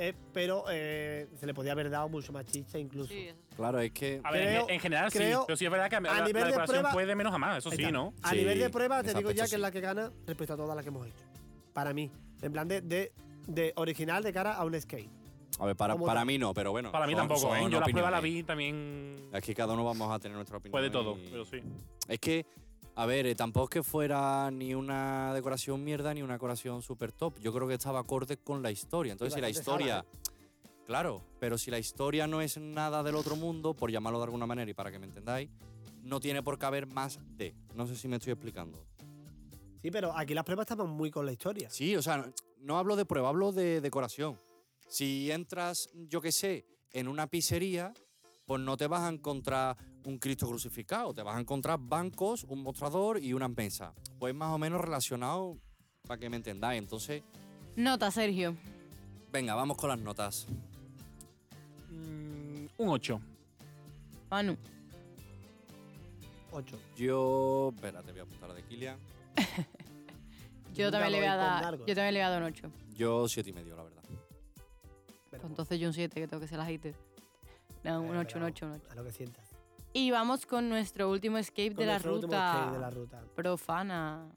Speaker 7: eh, pero eh, se le podía haber dado mucho más chicha incluso.
Speaker 4: Sí, eso sí.
Speaker 5: Claro, es que
Speaker 6: A ver, en-
Speaker 7: Creo-
Speaker 6: en, general sí,
Speaker 7: creo-
Speaker 6: pero sí es verdad que a la, la
Speaker 7: nivel de
Speaker 6: decoración
Speaker 7: prueba-
Speaker 6: fue de menos a más, eso
Speaker 7: Ahí
Speaker 6: sí,
Speaker 7: está.
Speaker 6: ¿no?
Speaker 7: A
Speaker 5: Sí,
Speaker 7: nivel de prueba,
Speaker 5: en
Speaker 7: te
Speaker 5: ese
Speaker 7: digo ya que
Speaker 5: aspecto
Speaker 7: es la que gana respecto a todas las que hemos hecho. Para mí. En plan de, de, de original de cara a un skate.
Speaker 5: A ver, para,
Speaker 7: ¿Cómo
Speaker 5: para
Speaker 7: tal?
Speaker 5: mí no, pero bueno.
Speaker 6: Para mí
Speaker 5: son-
Speaker 6: tampoco,
Speaker 5: son
Speaker 6: ¿eh? Yo la prueba la
Speaker 5: opiniones.
Speaker 6: vi también...
Speaker 5: Aquí cada uno vamos a tener nuestra opinión.
Speaker 6: Fue de todo,
Speaker 5: y-
Speaker 6: pero sí.
Speaker 5: Es que, a ver, eh, tampoco es que fuera ni una decoración mierda ni una decoración super top. Yo creo que estaba acorde con la historia. Entonces,
Speaker 7: Y
Speaker 5: si la
Speaker 7: bastante
Speaker 5: historia. Claro, pero si la historia no es nada del otro mundo, por llamarlo de alguna manera y para que me entendáis, no tiene por qué haber más de. No sé si me estoy explicando.
Speaker 7: Sí, pero aquí las pruebas estaban muy con la historia.
Speaker 5: Sí, o sea, no, no hablo de prueba, hablo de decoración. Si entras, yo qué sé, en una pizzería, pues no te vas a encontrar un Cristo crucificado, te vas a encontrar bancos, un mostrador y una mesa. Pues más o menos relacionado, para que me entendáis. Entonces,
Speaker 4: Nota, Sergio.
Speaker 5: venga, vamos con las notas.
Speaker 6: Mm, un 8.
Speaker 4: Manu.
Speaker 7: 8.
Speaker 5: Yo, espera, te voy a apuntar la de Kilian.
Speaker 4: Yo también, le voy a dar, yo también le voy a dar un 8.
Speaker 5: Yo siete y medio, la verdad.
Speaker 4: Pues entonces yo un 7, que tengo que ser la hater. No, un 8, un 8, un 8.
Speaker 7: A lo que sientas.
Speaker 4: Y vamos con nuestro último escape
Speaker 7: Con
Speaker 4: de, la
Speaker 7: nuestro último skate de la
Speaker 4: ruta.
Speaker 7: ruta.
Speaker 4: Profana.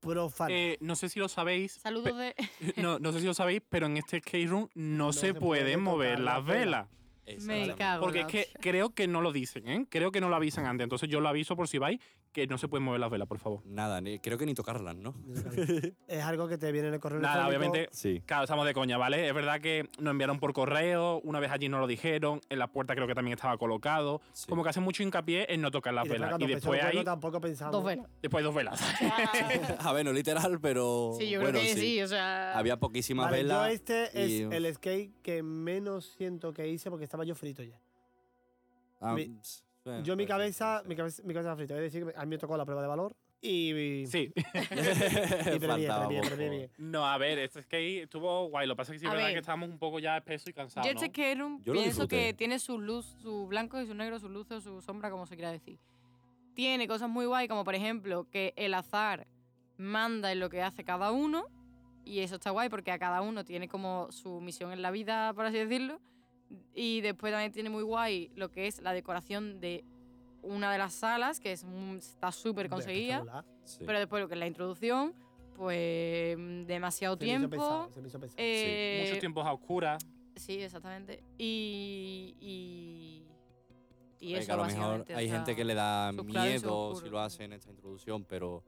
Speaker 7: Profano.
Speaker 6: Eh, no sé si lo sabéis...
Speaker 4: Saludos de...
Speaker 6: pe- No, no sé si lo sabéis, pero en este skate room no,
Speaker 7: No
Speaker 6: se,
Speaker 7: se puede
Speaker 6: pueden mover
Speaker 7: tocar la
Speaker 6: las
Speaker 7: vela.
Speaker 6: velas.
Speaker 4: Me
Speaker 5: Exactamente.
Speaker 4: cago. en
Speaker 6: Porque es
Speaker 4: la
Speaker 6: que creo que no lo dicen, ¿eh? Creo que no lo avisan antes. Entonces yo lo aviso por si vais, que no se pueden mover las velas, por favor.
Speaker 5: Nada, ni- creo que ni tocarlas, ¿no?
Speaker 7: es algo que te viene en el correo
Speaker 6: Nada,
Speaker 7: electrónico.
Speaker 6: obviamente,
Speaker 5: Sí.
Speaker 6: claro, estamos de coña, ¿vale? Es verdad que nos enviaron por correo, una vez allí no lo dijeron, en la puerta creo que también estaba colocado.
Speaker 5: Sí.
Speaker 6: Como que hace mucho hincapié en no tocar las
Speaker 7: Y después,
Speaker 6: velas.
Speaker 7: cuando
Speaker 6: Y
Speaker 7: empezó el
Speaker 6: después
Speaker 7: juego,
Speaker 6: hay,
Speaker 7: tampoco pensamos.
Speaker 4: Dos velas.
Speaker 6: después dos velas.
Speaker 5: A ver, no literal, pero.
Speaker 4: Sí, yo creo
Speaker 5: Oh, bueno,
Speaker 4: que sí. o sea.
Speaker 5: Había poquísimas
Speaker 7: Vale,
Speaker 5: velas.
Speaker 7: Yo este
Speaker 5: y-
Speaker 7: es el skate que menos siento que hice porque estaba yo frito ya.
Speaker 5: Ah, pues
Speaker 7: mi-
Speaker 5: pss, bueno,
Speaker 7: yo mi
Speaker 5: puede ser,
Speaker 7: cabeza, mi
Speaker 5: puede ser.
Speaker 7: cabeza, mi cabeza estaba frita. Es decir, a mí me tocó la prueba de valor y...
Speaker 6: sí.
Speaker 5: Faltaba
Speaker 7: Y premié, premié,
Speaker 5: poco.
Speaker 4: Pues
Speaker 7: premié.
Speaker 6: No, a ver, este es que estuvo guay. Lo que pasa es que sí es
Speaker 4: A
Speaker 6: verdad
Speaker 4: ver.
Speaker 6: que estábamos un poco ya espesos y cansados.
Speaker 4: Yo
Speaker 6: ¿no?
Speaker 4: este Kerum
Speaker 5: Yo lo
Speaker 4: pienso
Speaker 5: disfruté.
Speaker 4: que tiene su luz, su blanco y su negro, su luz o su sombra, como se quiera decir. Tiene cosas muy guay, como por ejemplo que el azar manda en lo que hace cada uno. Y eso está guay porque a cada uno tiene como su misión en la vida, por así decirlo. Y después también tiene muy guay lo que es la decoración de una de las salas, que es, muy- está súper conseguida.
Speaker 7: Espectacular.
Speaker 5: Sí.
Speaker 4: Pero después lo que es la introducción, pues mm, demasiado
Speaker 7: Se me hizo
Speaker 4: tiempo.
Speaker 7: pesado, se me hizo pesado.
Speaker 4: eh,
Speaker 6: Muchos tiempos a oscuras.
Speaker 4: Sí, exactamente. Y. Y, y
Speaker 5: Hombre,
Speaker 4: eso,
Speaker 5: que a lo mejor
Speaker 4: básicamente, o
Speaker 5: hay
Speaker 4: sea,
Speaker 5: gente que le da
Speaker 4: sus claves y sus
Speaker 5: miedo si
Speaker 4: oscuros.
Speaker 5: lo hace en esta introducción, pero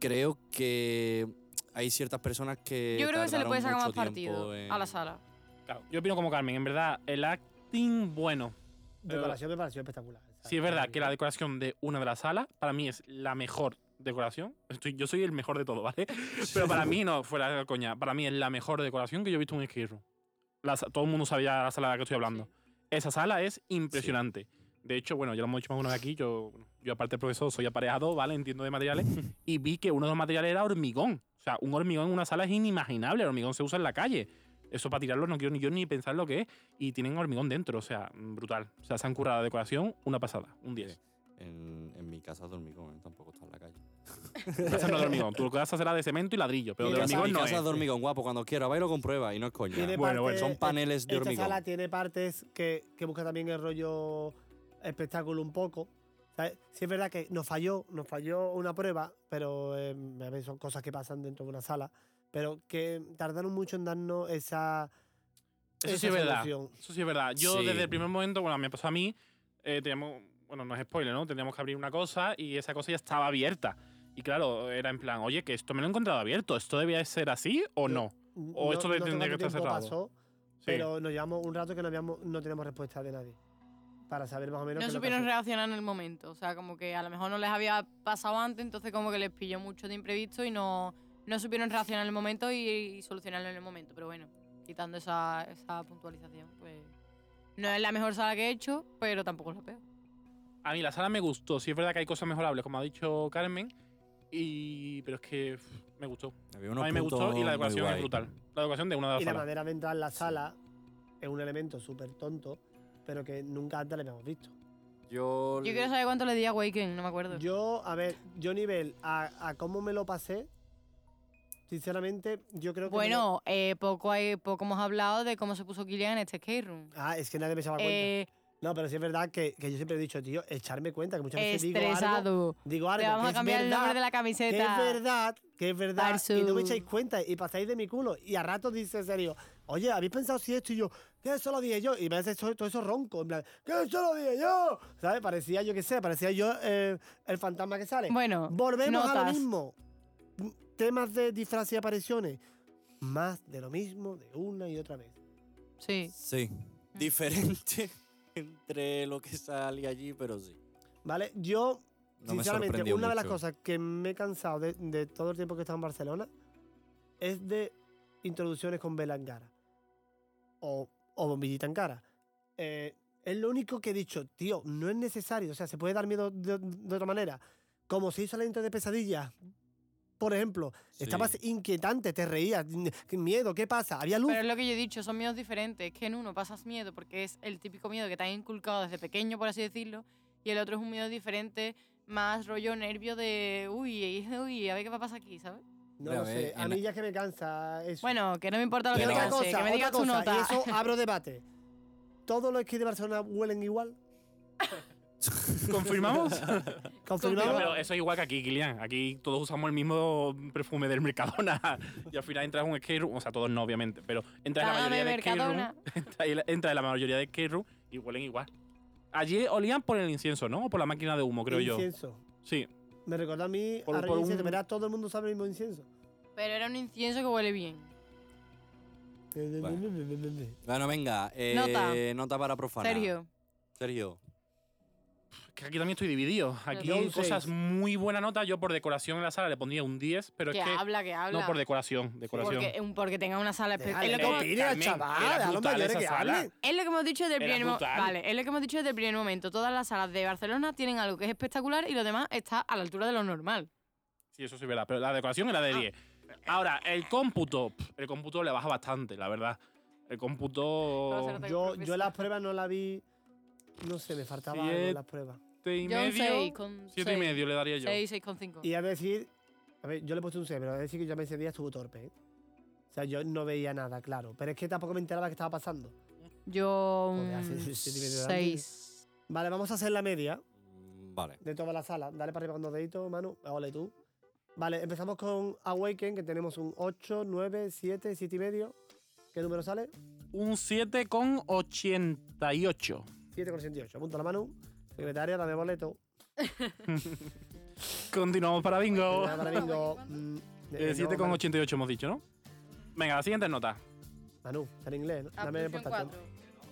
Speaker 5: creo que hay ciertas personas que.
Speaker 4: Yo creo que se le
Speaker 5: tardaron
Speaker 4: puede sacar más
Speaker 5: mucho tiempo
Speaker 4: partido a la
Speaker 5: en-
Speaker 4: sala.
Speaker 6: Claro, yo opino como Carmen, en verdad, el acting, bueno.
Speaker 7: Decoración me pareció espectacular. O sea,
Speaker 6: Sí es verdad que la decoración de una de las salas, para mí es la mejor decoración. Estoy- yo soy el mejor de todo, ¿vale? Pero para mí no, fuera de coña. Para mí es la mejor decoración que yo he visto en un skate room. La sa- todo el mundo sabía la sala de la que estoy hablando. Esa sala es impresionante. De hecho, bueno, ya lo hemos dicho más de una vez aquí. Yo, yo aparte de profesor, soy aparejado, ¿vale? Entiendo de materiales. y vi que uno de los materiales era hormigón. O sea, un hormigón en una sala es inimaginable. El hormigón se usa en la calle. Eso para tirarlo no quiero ni yo ni pensar lo que es. Y tienen hormigón dentro, o sea, mm, brutal. O sea, se han curado la decoración, una pasada, un 10.
Speaker 5: En, en mi casa dormí con él, tampoco está en la calle.
Speaker 6: Tu casa no es de hormigón. Tu casa será de cemento y ladrillo, pero
Speaker 7: Mi
Speaker 6: de
Speaker 7: casa-
Speaker 6: hormigón
Speaker 5: mi
Speaker 6: no
Speaker 5: casa
Speaker 6: es.
Speaker 5: dormí con guapo cuando quiera, va y lo comprueba y no es coña.
Speaker 7: Tiene
Speaker 6: Bueno, bueno,
Speaker 7: parte-
Speaker 5: son paneles de
Speaker 7: esta
Speaker 5: hormigón.
Speaker 7: sala tiene partes que, que busca también el rollo espectáculo un poco. ¿sabes? Sí es verdad que nos falló, nos falló una prueba, pero eh, a ver, son cosas que pasan dentro de una sala, pero que tardaron mucho en darnos esa...
Speaker 6: Eso sí
Speaker 7: esa
Speaker 6: es verdad.
Speaker 7: solución.
Speaker 6: Eso sí es verdad. Yo
Speaker 5: Sí.
Speaker 6: desde el primer momento, bueno, me pasó a mí, eh, teníamos, bueno, no es spoiler, ¿no? Teníamos que abrir una cosa y esa cosa ya estaba abierta. Y claro, era en plan, oye, que esto me lo he encontrado abierto, ¿esto debía ser así o
Speaker 7: Yo-
Speaker 6: no? O esto
Speaker 7: no
Speaker 6: le
Speaker 7: sé
Speaker 6: tendría que
Speaker 7: cuánto
Speaker 6: estar
Speaker 7: tiempo
Speaker 6: cerrado.
Speaker 7: pasó,
Speaker 6: Sí.
Speaker 7: pero nos llevamos un rato que no, habíamos, no teníamos respuesta de nadie. Para saber más o menos...
Speaker 4: No
Speaker 7: qué es lo que
Speaker 4: supieron
Speaker 7: hacer.
Speaker 4: reaccionar en el momento. O sea, como que a lo mejor no les había pasado antes, entonces como que les pilló mucho de imprevisto y no, no supieron reaccionar en el momento y, y solucionarlo en el momento. Pero bueno, quitando esa, esa puntualización, pues. No es la mejor sala que he hecho, pero tampoco es la peor.
Speaker 6: A mí la sala me gustó, sí es verdad que hay cosas mejorables, como ha dicho Carmen, y... pero es que pff, me gustó.
Speaker 5: Había unos
Speaker 6: a mí me gustó
Speaker 5: puntos
Speaker 6: y la
Speaker 5: muy
Speaker 6: decoración es
Speaker 5: guay.
Speaker 6: brutal. La decoración de una de las
Speaker 7: Y la
Speaker 6: salas.
Speaker 7: manera de entrar en la sala es un elemento súper tonto, pero que nunca antes le habíamos visto.
Speaker 5: Yo,
Speaker 4: Yo quiero saber cuánto le di a Waken, no me acuerdo.
Speaker 7: Yo, a ver, yo nivel a, a cómo me lo pasé, sinceramente, yo creo que... me lo-
Speaker 4: Bueno, eh, poco, hay, poco hemos hablado de cómo se puso Kilian en este skate room.
Speaker 7: Ah, es que nadie me se daba cuenta.
Speaker 4: Eh,
Speaker 7: no, pero sí es verdad que, que yo siempre he dicho, tío, echarme cuenta, que muchas veces digo algo,
Speaker 4: estresado.
Speaker 7: digo
Speaker 4: Te
Speaker 7: algo
Speaker 4: vamos
Speaker 7: que
Speaker 4: a
Speaker 7: es
Speaker 4: cambiar el
Speaker 7: verdad,
Speaker 4: nombre de la
Speaker 7: que
Speaker 4: camiseta.
Speaker 7: es verdad, que es verdad, y no
Speaker 4: Barsu.
Speaker 7: me echáis cuenta, y pasáis de mi culo, y a ratos dice en serio, oye, ¿habéis pensado si esto? Y yo, que eso lo dije yo, y me hace todo, todo eso ronco, en plan, que eso lo dije yo, ¿sabes? Parecía yo que sé, parecía yo eh, el fantasma que sale.
Speaker 4: Bueno,
Speaker 7: Volvemos a lo
Speaker 4: notas.
Speaker 7: mismo. M- Temas de disfraz y apariciones. Más de lo mismo, de una y otra vez.
Speaker 4: Sí.
Speaker 5: Sí. Diferente entre lo que salía allí, pero sí.
Speaker 7: ¿Vale? Yo,
Speaker 5: No me
Speaker 7: sinceramente, una
Speaker 5: sorprendió
Speaker 7: de las
Speaker 5: mucho.
Speaker 7: cosas que me he cansado de, de todo el tiempo que he estado en Barcelona es de introducciones con vela en cara. O, o bombillita en cara. Eh, es lo único que he dicho, tío, no es necesario. O sea, se puede dar miedo de, de otra manera. Como se hizo la intro de pesadilla. Por ejemplo,
Speaker 5: Sí.
Speaker 7: estabas inquietante, te reías, qué miedo, ¿qué pasa? Había luz.
Speaker 4: Pero es lo que yo he dicho, son miedos diferentes. Es que en uno pasas miedo porque es el típico miedo que te han inculcado desde pequeño, por así decirlo, y el otro es un miedo diferente, más rollo nervio de, uy, uy, a ver qué va a pasar aquí, ¿sabes?
Speaker 7: No
Speaker 5: Mira,
Speaker 6: eh,
Speaker 7: lo
Speaker 5: a ver,
Speaker 7: sé. A
Speaker 5: en-
Speaker 7: mí ya es que me cansa eso.
Speaker 4: Bueno, que no me importa lo
Speaker 7: Y
Speaker 4: que
Speaker 5: Pero-
Speaker 4: te
Speaker 7: otra
Speaker 5: no
Speaker 4: canse,
Speaker 7: cosa,
Speaker 4: que me digas
Speaker 7: otra
Speaker 4: tu
Speaker 7: cosa,
Speaker 4: nota.
Speaker 7: y eso abro debate. ¿Todos los skis de Barcelona huelen igual?
Speaker 6: ¿Confirmamos? Pero,
Speaker 7: ¿Confirmado?
Speaker 6: Ah, pero eso es igual que aquí, Kilian. Aquí todos usamos el mismo perfume del Mercadona. Y al final entras a un skate room. O sea, todos no, obviamente. Pero entra en la
Speaker 4: Págame,
Speaker 6: mayoría de skate room.
Speaker 4: Ah, Mercadona.
Speaker 6: Entra, en la- entra en la mayoría de skate room y huelen igual. Allí olían por el incienso, ¿no? O por la máquina de humo, creo yo.
Speaker 7: Incienso.
Speaker 6: Sí.
Speaker 7: Me recordó a mí
Speaker 6: Por-
Speaker 7: a
Speaker 6: por
Speaker 7: Reyes Incienso.
Speaker 6: un-
Speaker 7: Verás, todo el mundo sabe el mismo incienso.
Speaker 4: Pero era un incienso que huele bien.
Speaker 5: Bueno, venga. eh,
Speaker 4: Nota.
Speaker 5: nota. para profanar.
Speaker 4: Sergio.
Speaker 5: Sergio.
Speaker 6: Que aquí también estoy dividido. Aquí
Speaker 4: Yo
Speaker 6: hay
Speaker 7: un
Speaker 6: cosas
Speaker 7: seis.
Speaker 6: muy buena nota. Yo por decoración en la sala le pondría un 10, pero
Speaker 4: Que
Speaker 6: es que.
Speaker 4: habla, que habla.
Speaker 6: No, por decoración. Decoración.
Speaker 4: porque, porque tenga una sala especial. Es, lo que
Speaker 6: Déjale.
Speaker 4: hemos-
Speaker 6: opine, Carmen, chaval, era a los brutal mayores esa que sala. hablen.
Speaker 4: es lo que hemos dicho desde el
Speaker 6: Era
Speaker 4: primer momento.
Speaker 6: brutal.
Speaker 4: Vale, es lo que hemos dicho desde el primer momento. Todas las salas de Barcelona tienen algo que es espectacular y lo demás está a la altura de lo normal.
Speaker 6: Sí, eso sí es verdad. Pero la decoración era
Speaker 4: Ah.
Speaker 6: de 10. Ahora, el cómputo. pf, El cómputo le baja bastante, la verdad. El
Speaker 4: Vamos a
Speaker 6: cómputo.
Speaker 4: hacer-
Speaker 7: Yo, yo las pruebas no las vi. No sé, me faltaba algo en las pruebas.
Speaker 6: 7 y
Speaker 4: Yo un seis
Speaker 6: medio.
Speaker 4: con
Speaker 6: 7 y
Speaker 4: seis.
Speaker 6: medio le daría yo.
Speaker 4: Seis, seis con cinco.
Speaker 7: Y a decir. A ver, yo le he puesto un 6, pero a decir que yo me ese día estuvo torpe. ¿eh? O sea, yo no veía nada, claro. Pero es que tampoco me enteraba que estaba pasando.
Speaker 4: Yo
Speaker 7: Joder,
Speaker 4: un
Speaker 7: hace siete y medio de
Speaker 4: seis.
Speaker 7: Vale, vamos a hacer la media
Speaker 5: Mm, Vale.
Speaker 7: de toda la sala. Dale para arriba con dos deditos, Manu. Ah, Ole tú. Vale, empezamos con Awaken, que tenemos un 8, 9, 7, 7 y medio. ¿Qué número sale?
Speaker 6: Un 7,88.
Speaker 7: 7,68. Apunta la Manu. Secretaria, dame boleto.
Speaker 6: Continuamos para bingo.
Speaker 7: Nada para bingo. Mm, eh,
Speaker 6: Oh. Eh,
Speaker 7: no,
Speaker 6: 7,88 hemos dicho, ¿no? Venga, la siguiente nota.
Speaker 7: Manu, está en inglés, ¿no? Dame el importante.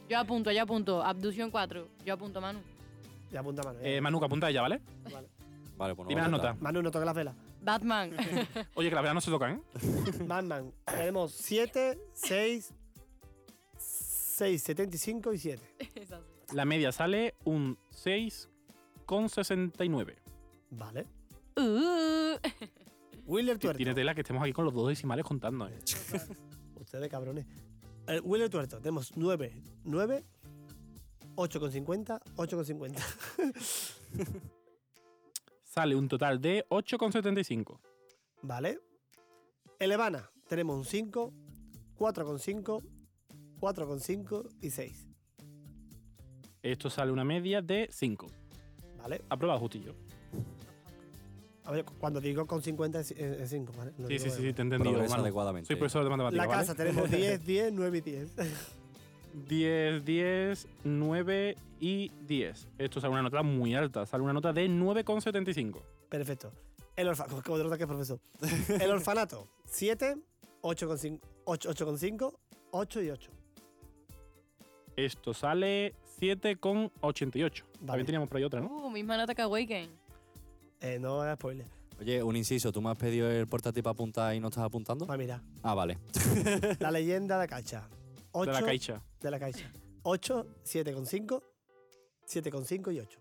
Speaker 4: Yo apunto, yo apunto. Abducción 4. Yo apunto, Manu.
Speaker 7: Ya apunta Manu. ya.
Speaker 6: Eh, Manuca, apunta ella, ¿vale?
Speaker 5: Vale, pues no
Speaker 6: Dime
Speaker 5: va a
Speaker 6: la
Speaker 5: notar.
Speaker 6: nota.
Speaker 7: Manu, no toques las velas.
Speaker 4: Batman.
Speaker 6: Oye, que la verdad no se tocan, ¿eh?
Speaker 7: Batman. Tenemos 7, 6, 6, 75 y 7.
Speaker 4: Esas.
Speaker 6: La media sale un 6,69.
Speaker 7: Vale.
Speaker 4: Uh.
Speaker 7: Wheeler
Speaker 6: Que Tiene
Speaker 7: Tuerto.
Speaker 6: tela que estemos aquí con los dos decimales contando, ¿eh?
Speaker 7: Ustedes cabrones. Eh, Wheeler Tuerto. Tenemos 9, 9, 8,50, 8,50.
Speaker 6: Sale un total de 8,75.
Speaker 7: Vale. Elevana. Tenemos un 5, 4,5, 4,5 y 6.
Speaker 6: Esto sale una media de 5.
Speaker 7: Vale.
Speaker 6: Aprobado, justillo.
Speaker 7: A ver, cu- cuando digo con 50 es- es 5, ¿vale? Lo
Speaker 6: Sí,
Speaker 7: digo
Speaker 6: sí, sí,
Speaker 7: de-
Speaker 6: sí, te he entendido.
Speaker 5: Progresa
Speaker 6: Manu.
Speaker 5: adecuadamente.
Speaker 6: Soy profesor de
Speaker 7: La
Speaker 6: matemáticas.
Speaker 7: casa
Speaker 6: ¿vale?
Speaker 7: tenemos 10, 10, 9 y 10.
Speaker 6: 10, 10, 9 y 10. Esto sale una nota muy alta. Sale una nota de 9,75.
Speaker 7: Perfecto. El orfanato. Como de nota que es profesor. El orfanato. 7, 8,5, 8,5, 8 y 8.
Speaker 6: Esto sale 7,88.
Speaker 7: Vale.
Speaker 6: También teníamos por ahí otra, ¿no?
Speaker 4: Uh, misma nota que Awaken.
Speaker 7: Eh, no es spoiler.
Speaker 5: Oye, un inciso, ¿tú me has pedido el portátil para apuntar y no estás apuntando?
Speaker 7: Pues mira,
Speaker 5: Ah, vale.
Speaker 7: la leyenda de la caixa. 8,
Speaker 6: De la caixa.
Speaker 7: De la caixa. 8, 7,5, 7,5 y 8.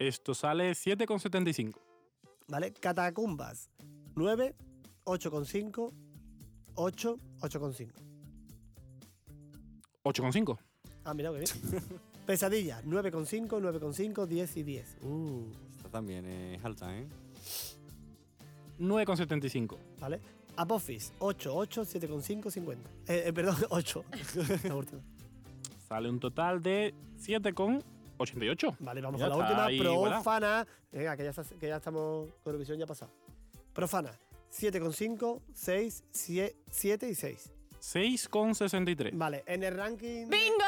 Speaker 6: Esto sale 7,75.
Speaker 7: ¿Vale? Catacumbas. 9, 8,5, 8, 8,5.
Speaker 6: 8,5.
Speaker 7: Ah, mira, qué bien. Pesadilla. 9,5, 9,5, 10 y 10. Uh.
Speaker 5: Esta también es alta, ¿eh?
Speaker 6: 9,75.
Speaker 7: ¿Vale? Apophis, 8, 8, 7,5, 50. Eh, eh, perdón, 8. la última.
Speaker 6: Sale un total de 7,88.
Speaker 7: Vale, vamos
Speaker 6: Ya
Speaker 7: a la
Speaker 6: está,
Speaker 7: última.
Speaker 6: ahí, voilà.
Speaker 7: Profana. Venga, que ya, está- que ya estamos con revisión ya pasado. Profana, 7,5, 6, 7, y 6.
Speaker 6: 6,63.
Speaker 7: Vale, en el ranking.
Speaker 4: ¡Bingo!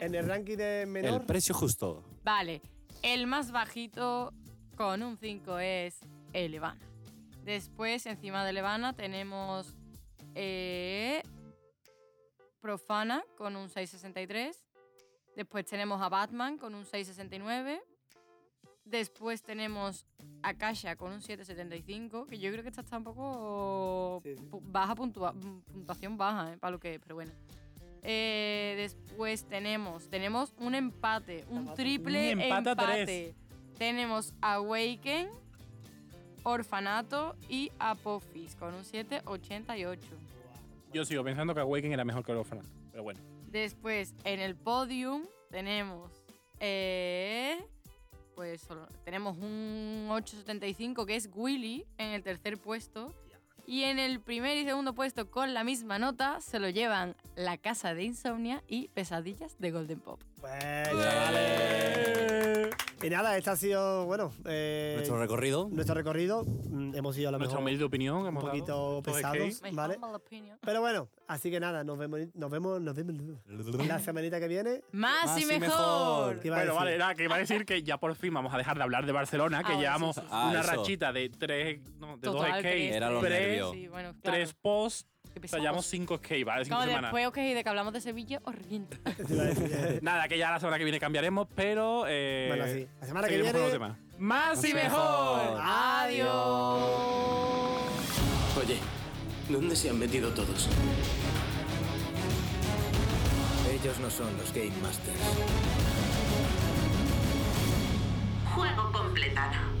Speaker 7: En el ranking de menor.
Speaker 5: El precio justo.
Speaker 4: vale. El más bajito con un 5 es el Evana. Después, encima del Evana, tenemos eh, Profana con un 6,63. Después tenemos a Batman con un 6,69. Después tenemos a Kasha con un 7,75. Que yo creo que esta está un poco
Speaker 7: Sí, sí.
Speaker 4: pu- baja puntua- mm, puntuación baja, eh, para lo que es, pero bueno. Eh, después tenemos tenemos un empate, un triple
Speaker 6: Un empate a
Speaker 4: empate.
Speaker 6: tres.
Speaker 4: Tenemos Awaken, Orfanato y Apophis con un 7,88.
Speaker 6: Yo sigo pensando que Awaken era mejor que Orofana. Pero bueno.
Speaker 4: Después, en el podium tenemos. eh, pues solo- tenemos un 8.75 que es Willy en el tercer puesto. Y en el primer y segundo puesto, con la misma nota, se lo llevan La Casa de Insomnia y Pesadillas de Golden Pop.
Speaker 7: Pues, chavales. Y nada, este ha sido, bueno, eh,
Speaker 5: Nuestro recorrido.
Speaker 7: nuestro recorrido. Mm, Hemos ido a lo
Speaker 6: Nuestra
Speaker 7: mejor
Speaker 6: humilde opinión que
Speaker 7: un
Speaker 6: hemos dado.
Speaker 7: poquito
Speaker 6: Esto es
Speaker 7: pesados,
Speaker 4: My
Speaker 7: ¿vale?
Speaker 4: humble opinion.
Speaker 7: Pero bueno, así que nada, nos vemos, nos vemos, nos vemos la semanita que viene.
Speaker 4: Más,
Speaker 5: Más
Speaker 4: y
Speaker 5: y
Speaker 4: mejor.
Speaker 5: mejor.
Speaker 7: ¿Qué iba a
Speaker 6: Bueno,
Speaker 7: decir?
Speaker 6: vale, nada, que iba a decir que ya por fin vamos a dejar de hablar de Barcelona, que
Speaker 4: Ahora sí,
Speaker 6: llevamos
Speaker 4: sí, sí.
Speaker 5: Ah,
Speaker 6: una
Speaker 5: eso.
Speaker 6: rachita de tres, no, de dos
Speaker 4: Total,
Speaker 6: skates,
Speaker 4: tres,
Speaker 5: Era los
Speaker 4: tres,
Speaker 5: nervios.
Speaker 4: sí, bueno, claro.
Speaker 6: tres posts,
Speaker 4: Qué
Speaker 6: o sea,
Speaker 4: pesados.
Speaker 6: llevamos cinco skates, ¿vale? Cinco
Speaker 4: Como
Speaker 6: semanas.
Speaker 4: después, ok, de que hablamos de Sevilla, os reviento.
Speaker 7: Te iba a decir. eh,
Speaker 6: Nada, que ya la semana que viene cambiaremos, pero. Eh,
Speaker 7: bueno, sí. La semana que
Speaker 6: seguiremos con
Speaker 7: viene.
Speaker 6: otro tema. Más y
Speaker 5: y
Speaker 6: mejor.
Speaker 5: mejor.
Speaker 7: Ah,
Speaker 4: Adiós.
Speaker 1: Oye, ¿dónde se han metido todos?
Speaker 9: Ellos no son los Game Masters.
Speaker 3: Juego completado.